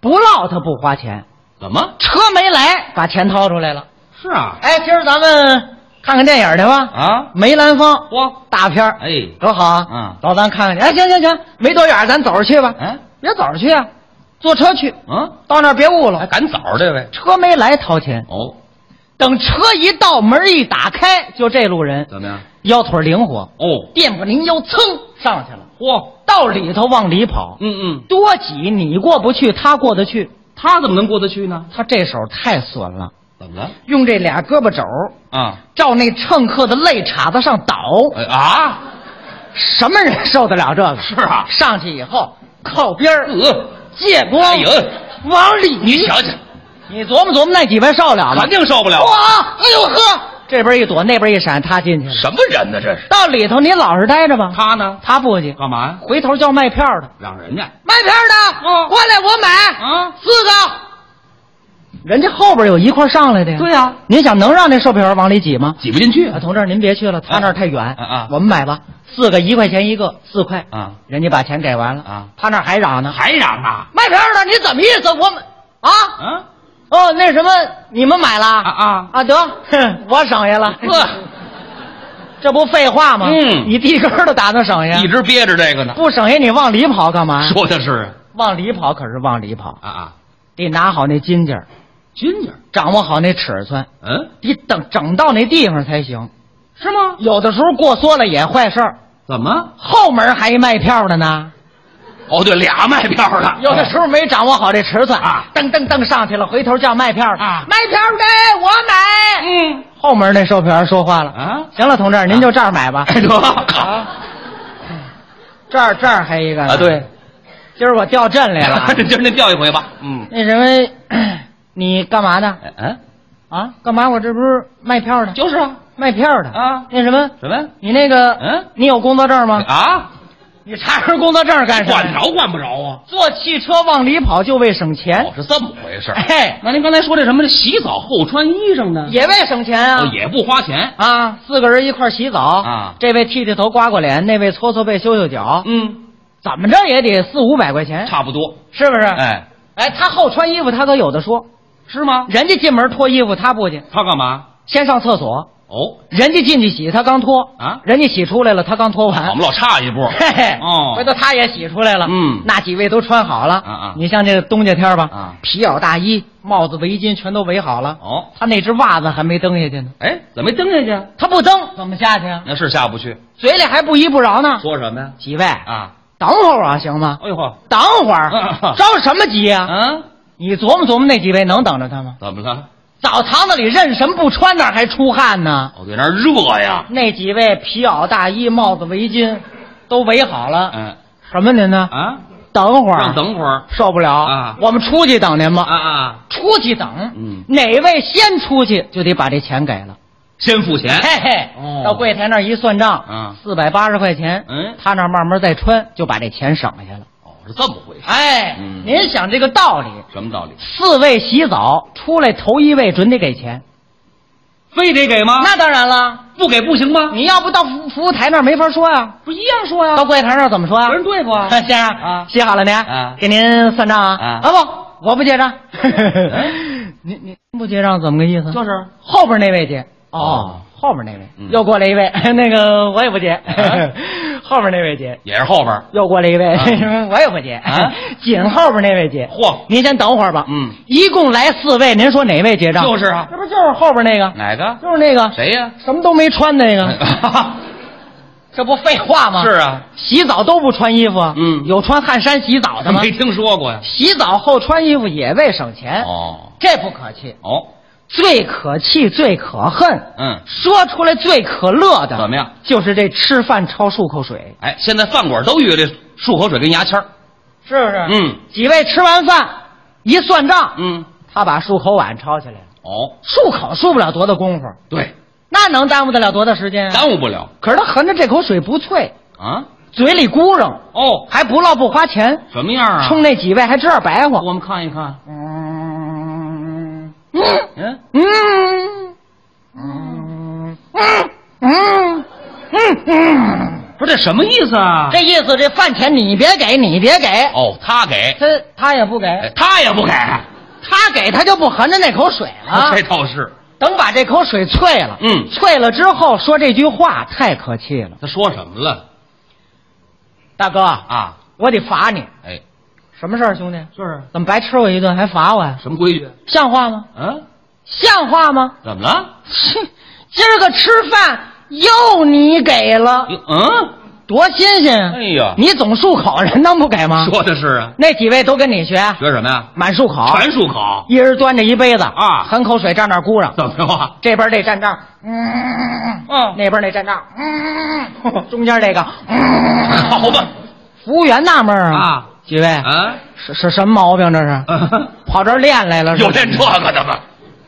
Q: 不落他不花钱。
N: 怎么？
Q: 车没来，把钱掏出来了。
N: 是啊，
Q: 哎，今儿咱们看看电影去吧。
N: 啊，
Q: 梅兰芳，
N: 哇，
Q: 大片儿，
N: 哎，
Q: 多好啊！
N: 嗯，
Q: 老咱看看去。哎，行行行，没多远，咱走着去吧。
N: 嗯，
Q: 别走着去啊，坐车去。
N: 嗯，
Q: 到那儿别误了。
N: 还赶早这位
Q: 车没来掏钱，
N: 哦，
Q: 等车一到，门一打开，就这路人
N: 怎么样？
Q: 哎腰腿灵活，
N: 哦，
Q: 垫吧您腰，噌上去了，
N: 嚯，
Q: 到里头往里跑，
N: 嗯嗯，
Q: 多挤，你过不去，他过得去，
N: 他怎么能过得去呢？
Q: 他这手太损了，
N: 怎么了？
Q: 用这俩胳膊肘
N: 啊，
Q: 照那乘客的肋叉子上倒，
N: 哎啊，
Q: 什么人受得了这个？
N: 是啊
Q: 上去以后靠边儿，
N: 呃，
Q: 借光，
N: 哎呦
Q: 往里，
N: 你瞧瞧，
Q: 你琢磨琢磨，那几位受了吗？
N: 肯定受不了。
Q: 哇，哎呦呵，这边一躲，那边一闪，他进去了。
N: 什么人呢？这是
Q: 到里头你老实待着吧。
N: 他呢？
Q: 他不去，
N: 干嘛呀？
Q: 回头叫卖票的，
N: 让人家
Q: 卖票的，
N: 哦
Q: 过来我买
N: 啊，
Q: 四个。人家后边有一块上来的呀。
N: 对呀
D: 啊
Q: 您想能让那售票员往里挤吗？
N: 挤不进去
Q: 啊，同志，您别去了，他那儿太远
N: 啊啊
Q: 我们买吧，四个一块钱一个，四块。
N: 啊
Q: 人家把钱给完了
N: 啊，
Q: 他那儿还嚷呢，
N: 还嚷啊
Q: 卖票的，你怎么意思？我们啊，
N: 啊
Q: 哦，那什么，你们买了
N: 啊啊！
Q: 啊，得，哼，我省下了，
N: 呵，
Q: <laughs> 这不废话吗？
N: 嗯
Q: 你地根儿都打算
D: 哎
Q: 省下，
N: 一直憋着这个呢。
Q: 不省下你往里跑干嘛呀？
N: 说的是
Q: 往里跑可是往里跑，
N: 啊啊，
Q: 得拿好那筋劲儿，
N: 金姐，
Q: 掌握好那尺寸，
N: 嗯，
Q: 得等整到那地方才行。
N: 是吗？
Q: 有的时候过缩了也坏事儿，
N: 怎么？
Q: 后门还卖票的呢，
C: 哦，对，俩卖票的，
Q: 有的时候没掌握好这尺寸，
C: 啊
Q: 噔噔噔上去了，回头叫卖票的，卖票的我买。嗯，后门那售票员说话了啊，
N: <laughs>
Q: 行了，同志，您就这儿买吧。
C: 得
Q: 啊，这儿这儿还一个呢
C: 啊，，对，，
Q: 今儿我掉镇来了啊
C: 今儿您调一回吧，嗯，
Q: 那什么，你干嘛呢？
N: 哎
C: 嗯，
Q: 啊，干嘛？我这不是卖票的？就是啊，卖票的啊。那什么，
C: 什么
Q: 你那个，嗯，你有工作证吗？
C: 啊？
Q: 你查人工作证干什么？
C: 管着管不着啊？
Q: 坐汽车往里跑就为省钱。
C: 是这么回事儿。
Q: 哎，
C: 哎那您刚才说这什么洗澡后穿衣裳呢？
Q: 也为省钱啊，
C: 哦，也不花钱，
Q: 啊，四个人一块儿洗澡
C: 啊
Q: 这位剃剃头、刮刮脸，那位搓搓背、修修脚，嗯，怎么着也得四五百块钱，
C: 差不多。
Q: 是不是？
C: 哎，
Q: 哎，他后穿衣服，他可有的说，是吗？人家进门脱衣服，他不去，
C: 他干嘛？
Q: 先上厕所，
C: 哦，
Q: 人家进去洗，他刚脱
C: 啊，
Q: 人家洗出来了，他刚脱
C: 我
Q: 完
C: 们。老差一步。
Q: 嘿嘿，
C: 哦
Q: 回头他也洗出来了，
C: 嗯
Q: 那几位都穿好了，啊
C: 啊
Q: 你像这个冬家天吧，
C: 啊
Q: 皮袄、大衣、帽子、围巾全都围好了，
C: 哦，
Q: 他那只袜子还没蹬下去呢，
C: 哎，怎么没蹬下去啊？
Q: 他不蹬怎么下去啊？
C: <laughs> 那是下不去。
Q: 嘴里还不依不饶呢。
C: 说什么呀？
Q: 几位，
C: 啊，
Q: 等会儿啊，行吗？
C: 哎呦呵，
Q: 等会儿
C: 啊，
Q: 着什么急呀、
C: 嗯，
Q: 你琢磨琢磨，那几位能等着他吗？
C: 怎么了？
Q: 澡堂子里任什么不穿，那儿还出汗呢。
C: 哦，对，那儿热呀。
Q: 那几位皮袄、大衣、帽子、围巾都围好了，
C: 嗯
Q: 什么您呢？
C: 啊，
Q: 等会儿
C: 让，等会儿
Q: 受不了
C: 啊
Q: 我们出去等您吧。
C: 啊啊，
Q: 出去等，
C: 嗯
Q: 哪位先出去就得把这钱给了。
C: 先付钱。
Q: 嘿嘿，
C: 哦
Q: 到柜台那儿一算
C: 嗯
Q: 账，四百八十块钱，
C: 嗯
Q: 他那儿慢慢再穿，就把这钱省下了。
C: 哦，是这么回事。
Q: 哎，
C: 嗯
Q: 您想这个道理，
C: 什么道理？
Q: 四位洗澡出来头一位准得给钱，
C: 非得给吗？
Q: 那当然了，
C: 不给不行吗？
Q: 你要不到服服务台那儿没法说呀、
C: 不一样说呀
Q: 到柜台那儿怎么说呀、
C: 有人对付啊
Q: <laughs> 先生
C: 啊
Q: 洗好了您，
C: 啊
Q: 给您算账啊
C: 啊嗯
Q: 不，我不结
C: <laughs>
Q: 账， <laughs> 您您不结账怎么个意思？
C: 就是
Q: 后边那位结
C: 哦，
Q: 后边那位、
C: 嗯
Q: 又过来一位， <laughs> 那个我也不结， <laughs> 后边那位结。
C: 也是后边儿。
Q: 又过来一位，
C: 啊
Q: <laughs> 我也不接
C: 啊，
Q: <laughs> 紧后边那位接。
C: 嚯
Q: 您先等会儿吧。
C: 嗯，
Q: 一共来四位，您说哪位结账？
C: 就是啊
Q: 这不就是后边那个，
C: 哪个？
Q: 就是那个
C: 谁呀？
Q: 什么都没穿那个，
C: <laughs>
Q: 这不废话吗？
C: 是，啊，
Q: 洗澡都不穿衣服啊。
C: 嗯
Q: 有穿汗衫洗澡的吗？
C: 没听说过呀。
Q: 洗澡后穿衣服也为省钱，
C: 哦
Q: 这不可气。
C: 哦，
Q: 最可气、最可恨，
C: 嗯
Q: 说出来最可乐的，
C: 怎么样？
Q: 就是这吃饭焯漱口水，
C: 哎，现在饭馆都约这漱口水跟牙签儿。
Q: 是不是？
C: 嗯
Q: 几位吃完饭一算账，
C: 嗯，
Q: 他把漱口碗抄起来了，
C: 哦，
Q: 漱口漱不了多大功夫，
C: 对，
Q: 那能耽误得了多大时间啊？
C: 耽误不了
Q: 可是他含着这口水不啐，
C: 啊。
Q: 嘴里咕嚷，
C: 哦，
Q: 还不落不花钱，
C: 什么样啊？
Q: 冲那几位还这样白话，
C: 我们看一看。嗯，
Q: 嗯嗯嗯嗯嗯嗯嗯，
C: 不是这什么意思啊？
Q: 这意思这饭钱你别给，你别给，
C: 哦，他给，
Q: 他他也不给，
C: 哎他也不给，
Q: 他给他就不含着那口水
C: <laughs>
Q: 了。
C: 啊这倒是。
Q: 等把这口水啐了，
C: 嗯
Q: 啐了之后说这句话太可气了，
C: 他说什么了
Q: 大哥，
C: 啊？
Q: 我得罚你，
C: 哎，
Q: 什么事儿，兄弟？
C: 就是
Q: 怎么白吃我一顿还罚我呀？
C: 什么规矩？
Q: 像话吗？
C: 嗯，
Q: 像话吗？ <laughs>
C: 怎么了？
Q: 哼，今儿个吃饭又你给了，
C: 嗯，
Q: 多新鲜啊！
C: 哎呀
Q: 你总漱口，人能不给吗？
C: 说的是啊，
Q: 那几位都跟你学，
C: 学什么呀？
Q: 满漱口，
C: 全漱口，
Q: 一人端着一杯子
C: 啊
Q: 含口水站那儿咕嚷，
C: 怎么
Q: <laughs>
C: 着？
Q: 这边这站这儿，嗯，
C: 嗯
Q: 那边那站这儿，嗯， <laughs> 中间这个，嗯，
C: <laughs> 好吧，
Q: 服务员纳闷儿
C: 啊，
Q: 几位
C: 啊，嗯
Q: 是是什么毛病？这是跑这儿练来了？是吧
C: 有练这
R: 啊
C: 个的吗？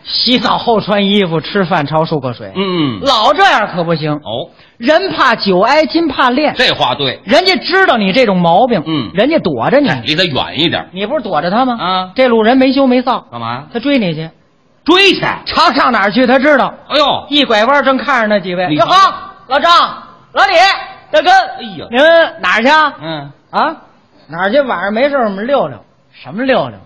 Q: 洗澡后穿衣服，吃饭焯漱口水，
C: 嗯，
Q: 老这样可不行。
C: 哦，
Q: 人怕久挨金怕练，
C: 这话对，
Q: 人家知道你这种毛病，
C: 嗯
Q: 人家躲着你，
C: 哎离他远一点。
Q: 你不是躲着他吗？
C: 啊
Q: 这路人没羞没臊，
C: 干嘛呀？
Q: 他追你去，
C: 追去？
R: 哎
Q: 常上哪儿去？他知道，
C: 哎呦，
Q: 一拐弯正看着那几位，
C: 你
Q: 哟
C: 瞧瞧
Q: 呵，老张、老李、大哥，哎
C: 呀
Q: 你们哪儿去啊？
C: 嗯，
Q: 啊，哪儿去？晚上没事儿我们溜溜，什么溜溜？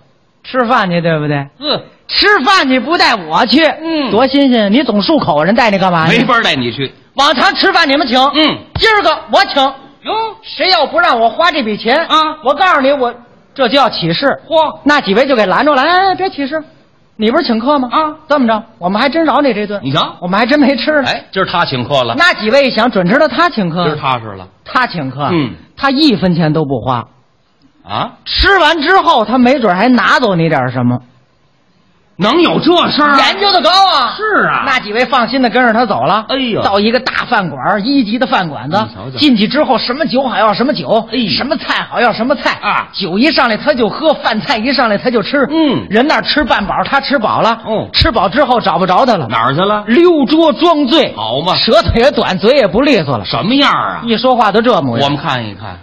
Q: 吃饭去，对不对？
R: 呃
C: 嗯，
Q: 吃饭去不带我去，
C: 嗯
Q: 多新鲜！你总漱口，人带你干
R: 哎
Q: 嘛去？
C: 没法带你去。
Q: 往常吃饭你们请，
C: 嗯，
Q: 今儿个我请。哟，谁要不让我花这笔钱
C: 啊
Q: 我告诉你，我这就要起誓。
C: 嚯，
Q: 那几位就给拦住了，哎，哎别起誓，你不是请客吗？
C: 啊，
Q: 这么着，我们还真饶你这顿。
C: 你瞧
Q: 我们还真没吃呢。
C: 哎，今儿他请客了，
Q: 那几位一想，准知道他请
C: 今儿
Q: 客，
C: 踏实了。
Q: 他请客，
C: 嗯，
Q: 他一分钱都不花，啊！吃完之后，他没准还拿走你点什么。
R: 能有这事儿？
Q: 研究的高啊！
R: 是啊，
Q: 那几位放心的跟着他走了。
R: 哎呦嗯
Q: 到一个大饭馆，一级的饭馆子，
R: 瞧哎瞧
Q: 进去之后什么酒好要什么酒，什么菜好要什么菜啊！酒一上来他就喝，饭菜一上来他就吃。嗯，人那儿吃半饱，他吃饱了。嗯，吃饱之后找不着他了，
R: 哦
Q: 哪
R: 儿去了？
Q: 溜桌装醉，
R: 好嘛，
Q: 舌头也短，嘴也不利索了，
R: 什么样啊？
Q: 一说话都这模样。
R: 我们看一看。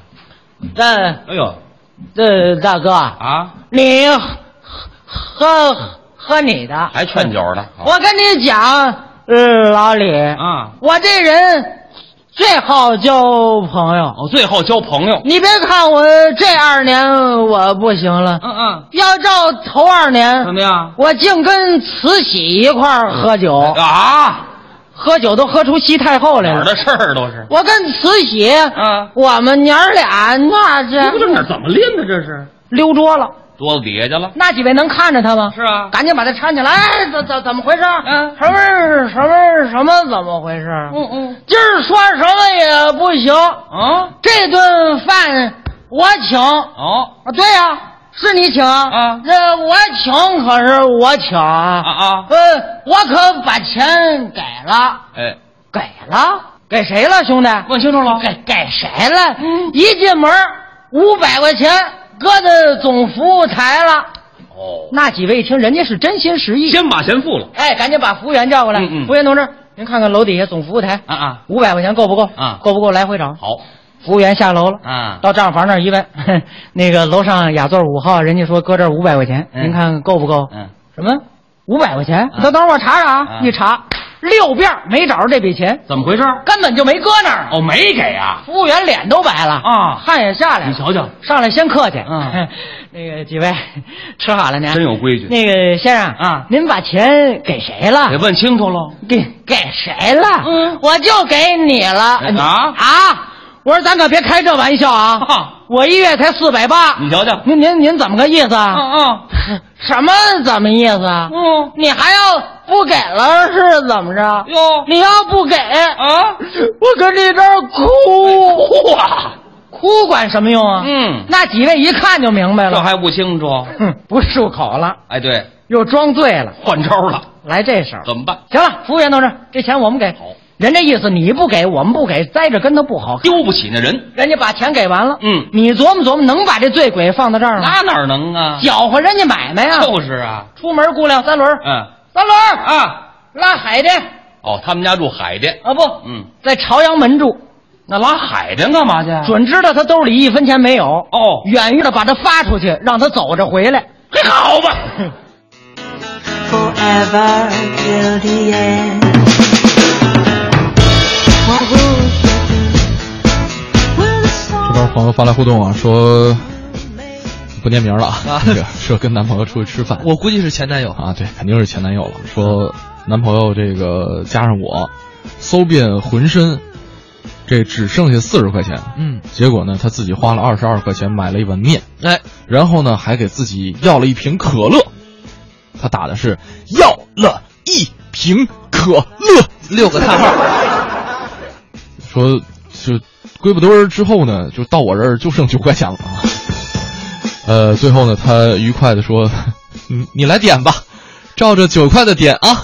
Q: 但
R: 哎呦，
Q: 这呃大哥
R: 啊，
Q: 你喝喝喝你的，
R: 还劝酒的，
Q: 我跟你讲，呃，老李
R: 啊，
Q: 我这人最好交朋友。
R: 哦，最后交朋友。
Q: 你别看我这二年我不行了，嗯
R: 嗯，
Q: 要照头二年
R: 怎么样？
Q: 我竟跟慈禧一块儿喝酒
R: 啊，
Q: 喝酒都喝出西太后来
R: 哪儿
Q: 了。
R: 的事儿都是。
Q: 我跟慈禧，
R: 嗯，
Q: 我们娘儿俩那
R: 这不
Q: 是
R: 这哪儿怎么练的？这是
Q: 溜桌了。
R: 桌子底下去了。
Q: 那几位能看着他吗？
R: 是啊，
Q: 赶紧把他搀起来。哎怎怎怎么回事？嗯，什么什么什么怎么回事？嗯嗯，哦今儿说什么也不行。
R: 啊，
Q: 这顿饭我请。
R: 哦，
Q: 啊，对呀、是你请啊。啊，这我请可是我请啊
R: 啊啊。
Q: 呃，我可把钱给了，
R: 哎，
Q: 给了，给谁了，兄弟？问清楚了。给给谁了？嗯，一进门五百块钱搁在总服务台了。
R: 哦，
Q: 那几位一听，人家是真心实意，
R: 先把钱付了。
Q: 哎，赶紧把服务员叫过来。
R: 嗯嗯
Q: 服务员同志，您看看楼底下总服务台
R: 啊啊，
Q: 五百块钱够不够？
R: 啊
Q: 够不够？来回找。
R: 好，
Q: 服务员下楼了，
R: 啊
Q: 到账房那儿一问， <laughs> 那个楼上雅座五号，人家说搁这儿五百块钱，
R: 嗯
Q: 您看够不够？
R: 嗯，
Q: 什么？五百块钱？等等会儿我查查啊
R: 啊
Q: 一查六遍儿没找着这笔钱，
R: 怎么回事？
Q: 根本就没搁那儿。
R: 哦，没给啊。
Q: 服务员脸都白了啊，汗也下来了。
R: 你瞧瞧，
Q: 上来先客气。
R: 嗯，
Q: <laughs> 那个几位吃好了呢？
R: 真有规矩
Q: 那个先生啊，您把钱给谁了？
R: 得问清楚喽。
Q: 给给谁了？嗯，我就给你了。
R: 哎啊哦
Q: 啊！我说咱可别开这玩笑啊！我一月才四百八，
R: 你瞧瞧，
Q: 您您您怎么个意思
R: 哦
Q: 啊？嗯嗯， <laughs> 什么怎么意思啊？嗯，你还要不给了是怎么着？哟，你要不给啊， <laughs> 我跟你这儿哭哭啊， <laughs> 哭管什么用啊？
R: 哎嗯，
Q: 那几位一看就明白
R: 这
Q: 了，
R: 还不清楚？
Q: 哼，不漱口了，
R: 哎，对，
Q: 又装醉了，
R: 换招了，
Q: 来这手。
R: 怎么办？
Q: 行了，服务员同志，这钱我们给。人这意思你不给，我们不给，栽着跟头不好看。
R: 丢不起那人，
Q: 人家把钱给完了，
R: 嗯，
Q: 你琢磨琢磨，能把这醉鬼放到这儿吗？
R: 那哪能啊？
Q: 搅和人家买卖啊！
R: 就是啊，
Q: 出门雇辆三轮，
R: 嗯，
Q: 三轮啊，
R: 啊，
Q: 拉海去
R: 哦，他们家住海淀，
Q: 啊不，
R: 嗯，
Q: 在朝阳门住，
R: 那拉海淀干嘛去？
Q: 准知道他兜里一分钱没有，
R: 哦，
Q: 远远的把他发出去，让他走着回来。
R: 嘿，好
Q: <laughs>
R: 吧，
F: Forever till the end. What would you do? Will the song
A: 这边朋友发来互动啊，说不念名了啊
B: 啊，
A: <laughs> 这个说跟男朋友出去吃饭，
B: 我估计是前男友。
A: 啊，对，肯定是前男友了。说男朋友这个加上我，搜遍浑身，这只剩下四十块钱。
B: 嗯，
A: 结果呢，他自己花了二十二块钱买了一碗面，
B: 哎，
A: 然后呢还给自己要了一瓶可乐。他打的是要了一瓶可乐，
B: 六个叹号，
A: 说就归不堆儿之后呢，就到我这儿就剩九块钱了啊。呃，最后呢，他愉快的说：“ <laughs> 你你来点吧，照着九块的点啊。”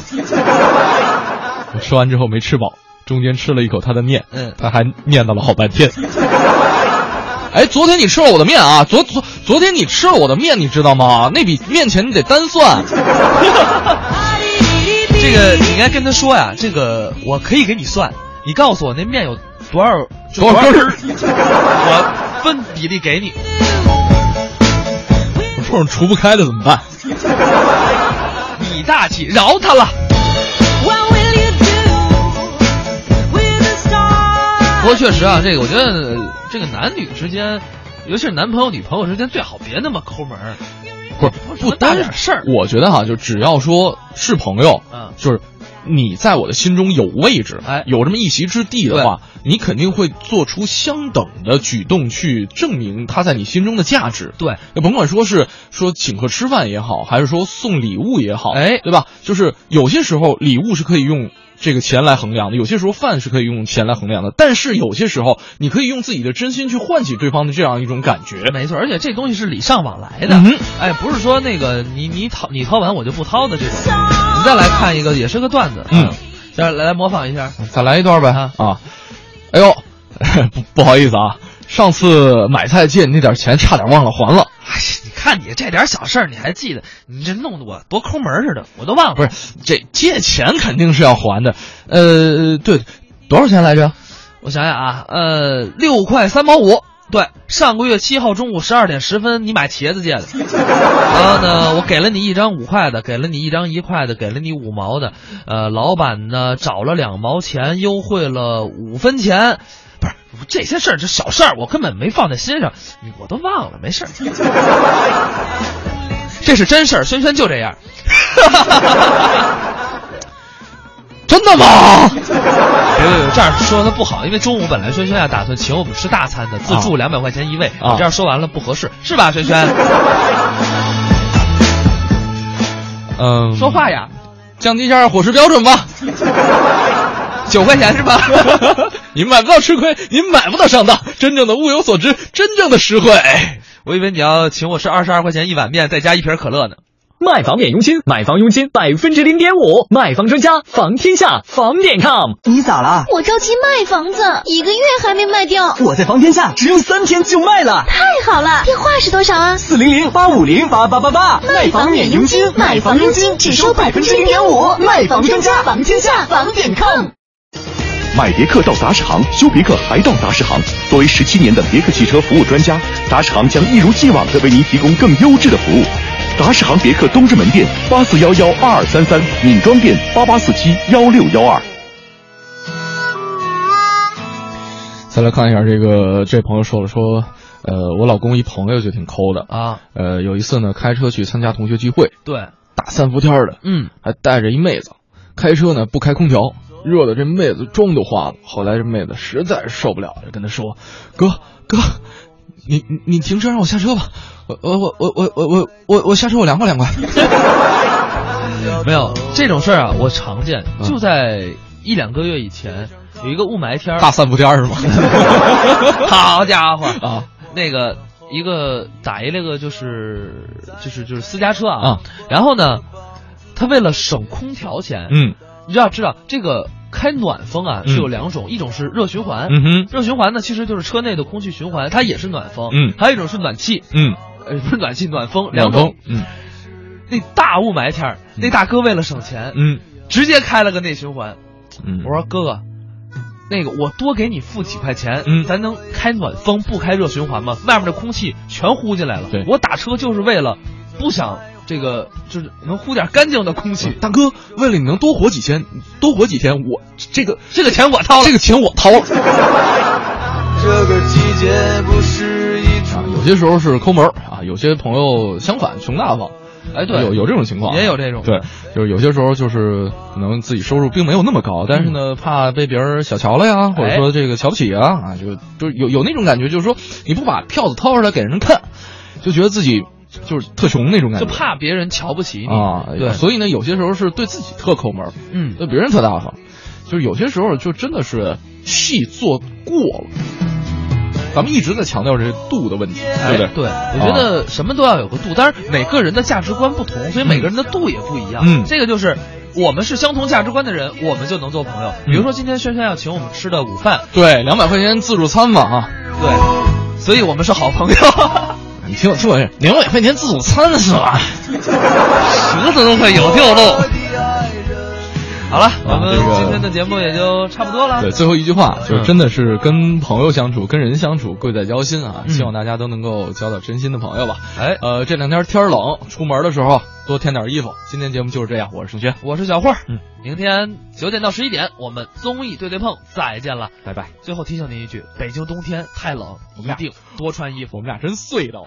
A: 我吃完之后没吃饱，中间吃了一口他的面，
B: 嗯
A: 他还念叨了好半天。哎，昨天你吃了我的面啊，昨昨昨天你吃了我的面，你知道吗？那笔面钱你得单算。
B: 这个你应该跟他说呀，这个我可以给你算，你告诉我那面有多少就
A: 多少 <laughs> 根儿
B: 儿，我分比例给你。
A: 我这种除不开的怎么办？
B: 你大气，饶他了。
F: What will you do with the stars?
B: 不过确实啊，这个我觉得呃这个男女之间，尤其是男朋友女朋友之间，最好别那么抠门儿。
A: 不是
B: 不
A: 单
B: 大点事儿，
A: 我觉得哈、就只要说是朋友，
B: 嗯
A: 就是你在我的心中有位置，
B: 哎
A: 有这么一席之地的话，你肯定会做出相等的举动去证明他在你心中的价值。
B: 对，
A: 那甭管说是说请客吃饭也好，还是说送礼物也好，
B: 哎
A: 对吧？就是有些时候礼物是可以用这个钱来衡量的，有些时候饭是可以用钱来衡量的，但是有些时候你可以用自己的真心去唤起对方的这样一种感觉。
B: 没错，而且这东西是礼尚往来的，
A: 嗯
B: 哎，不是说那个你你掏你掏完我就不掏的这种。你再来看一个，也是个段子，
A: 嗯，
B: 来来来模仿一下，
A: 再来一段呗啊！哎
B: <laughs>
A: 呦， <laughs> 不不好意思啊，上次买菜借你那点钱，差点忘了还了。
B: 哎你看你这点小事儿你还记得，你这弄得我多抠门儿似的，我都忘了。
A: 不是，这借钱肯定是要还的。呃，对，多少钱来着？
B: 我想想啊，呃，六块三毛五。对，上个月七号中午十二点十分，你买茄子借的。然后呢，我给了你一张五块的，给了你一张一块的，给了你五毛的。呃，老板呢找了两毛钱，优惠了五分钱。不是这些事儿，这小事儿，我根本没放在心上，你我都忘了，没 <laughs> 事儿。这是真事儿，轩轩就这样。真的吗？别别别，这样说他不好，因为中午本来轩轩呀打算请我们吃大餐的，自助两百块钱一位，
A: 啊
B: 你这样说完了不合适，是吧，轩轩？
A: 嗯，
B: 说话呀，
A: 降低一下伙食标准吧。
B: <laughs> 九块钱是 <laughs> 吧？
A: 您买不到吃亏，您买不到上当，真正的物有所值，真正的实惠。
B: 我以为你要请我吃二十二块钱一碗面，再加一瓶可乐呢。
G: 卖房免佣金，买房佣金百分之零点五，卖房专家房天下房点 com。
S: 你咋了？
E: 我着急卖房子，一个月还没卖掉。
S: 我在房天下只用三天就卖了，
E: 太好了，电话是多少啊？
S: 四零零八五零八八八八，
E: 卖房免佣金
S: 卖房佣金只收百分之零点五，卖房专家房天下房点 com。
T: 买别克到达士行，修别克还到达士行。作为十七年的别克汽车服务专家，达士行将一如既往的为您提供更优质的服务。达士行别克东直门店八四幺幺八二三三，闵庄店八八四七幺六幺二。
A: 再来看一下这个，这朋友说了说，呃，我老公一朋友就挺抠的
B: 啊，
A: 呃，有一次呢开车去参加同学聚会，
B: 对，
A: 大三伏天的，
B: 嗯，
A: 还带着一妹子，开车呢不开空调，热的这妹子妆都花了。后来这妹子实在是受不了，就跟他说：“哥哥，你你你停车让我下车吧，我我我我我我我我我下车我凉快凉快。
B: 没有这种事儿啊，我常见，
A: 嗯
B: 就在一两个月以前，有一个雾霾天儿，
A: 大三伏天儿是吗？
B: <laughs>
A: <laughs>
B: 好家伙
A: 啊，
B: 那个一个打一那个就是就是就是私家车啊，
A: 啊
B: 然后呢，他为了省空调钱，
A: 嗯，
B: 你就要知道这个。开暖风啊
A: 嗯
B: 是有两种，一种是热循环，
A: 嗯哼
B: 热循环呢其实就是车内的空气循环，它也是暖风，
A: 嗯
B: 还有一种是暖气，
A: 嗯，
B: 呃不是暖气暖风，
A: 暖
B: 两
A: 风
B: 种，，
A: 嗯
B: 那大雾霾天儿，那大哥为了省钱，
A: 嗯，
B: 直接开了个内循环。
A: 嗯
B: 我说哥哥，那个我多给你付几块钱，嗯，咱能开暖风不开热循环吗？外面的空气全呼进来了。对，我打车就是为了不想这个，就是能呼点干净的空气。
A: 嗯大哥，为了你能多活几天，多活几天，我这个
B: 这个钱我掏了，
A: 这个钱我掏了。
F: 这个季节不是一
A: 啊，有些时候是抠门儿啊，有些朋友相反穷大方。
B: 哎对
A: 有有这种情况，啊
B: 也有这种
A: 对，就是有些时候就是可能自己收入并没有那么高，但是
B: 嗯
A: 呢，怕被别人小瞧了
B: 哎
A: 呀，或者说这个瞧不起啊，啊，就就有有那种感觉，就是说你不把票子掏出来给人看，就觉得自己就是特穷那种感
B: 就
A: 觉。
B: 怕别人瞧不起你。
A: 啊，
B: 对，
A: 所以呢，呃有些时候是对自己特抠门，
B: 嗯，
A: 对别人特大方，就是有些时候就真的是戏做过了。咱们一直在强调这度的问题，对不对？
B: 对，我觉
A: 啊
B: 得什么都要有个度，当然每个人的价值观不同，所以每个人的度也不一样。
A: 嗯
B: 这个就是我们是相同价值观的人，我们就能做朋友。
A: 嗯
B: 比如说今天轩轩要请我们吃的午饭，
A: 对，两百块钱自助餐嘛啊，
B: 对，所以我们是好朋友。
A: <laughs> 你听我听我这，两百块钱自助餐是
B: <laughs>
A: 吧？
B: 舌头都快咬
A: <laughs>
B: 掉喽。好了，我们
A: 啊这个
B: 今天的节目也就差不多了。
A: 对，最后一句话就是，真的是跟朋友相处，跟人相处，贵在交心啊！希望大家都能够交到真心的朋友吧。
B: 哎，
A: 呃，这两天天儿冷，出门的时候多添点衣服。今天节目就是这样，我是盛轩，
B: 我是小慧，
A: 嗯，
B: 明天九点到十一点，我们综艺对对碰再见了，
A: 拜拜。
B: 最后提醒您一句，北京冬天太冷，一定多穿衣服。
A: 我们俩真碎到。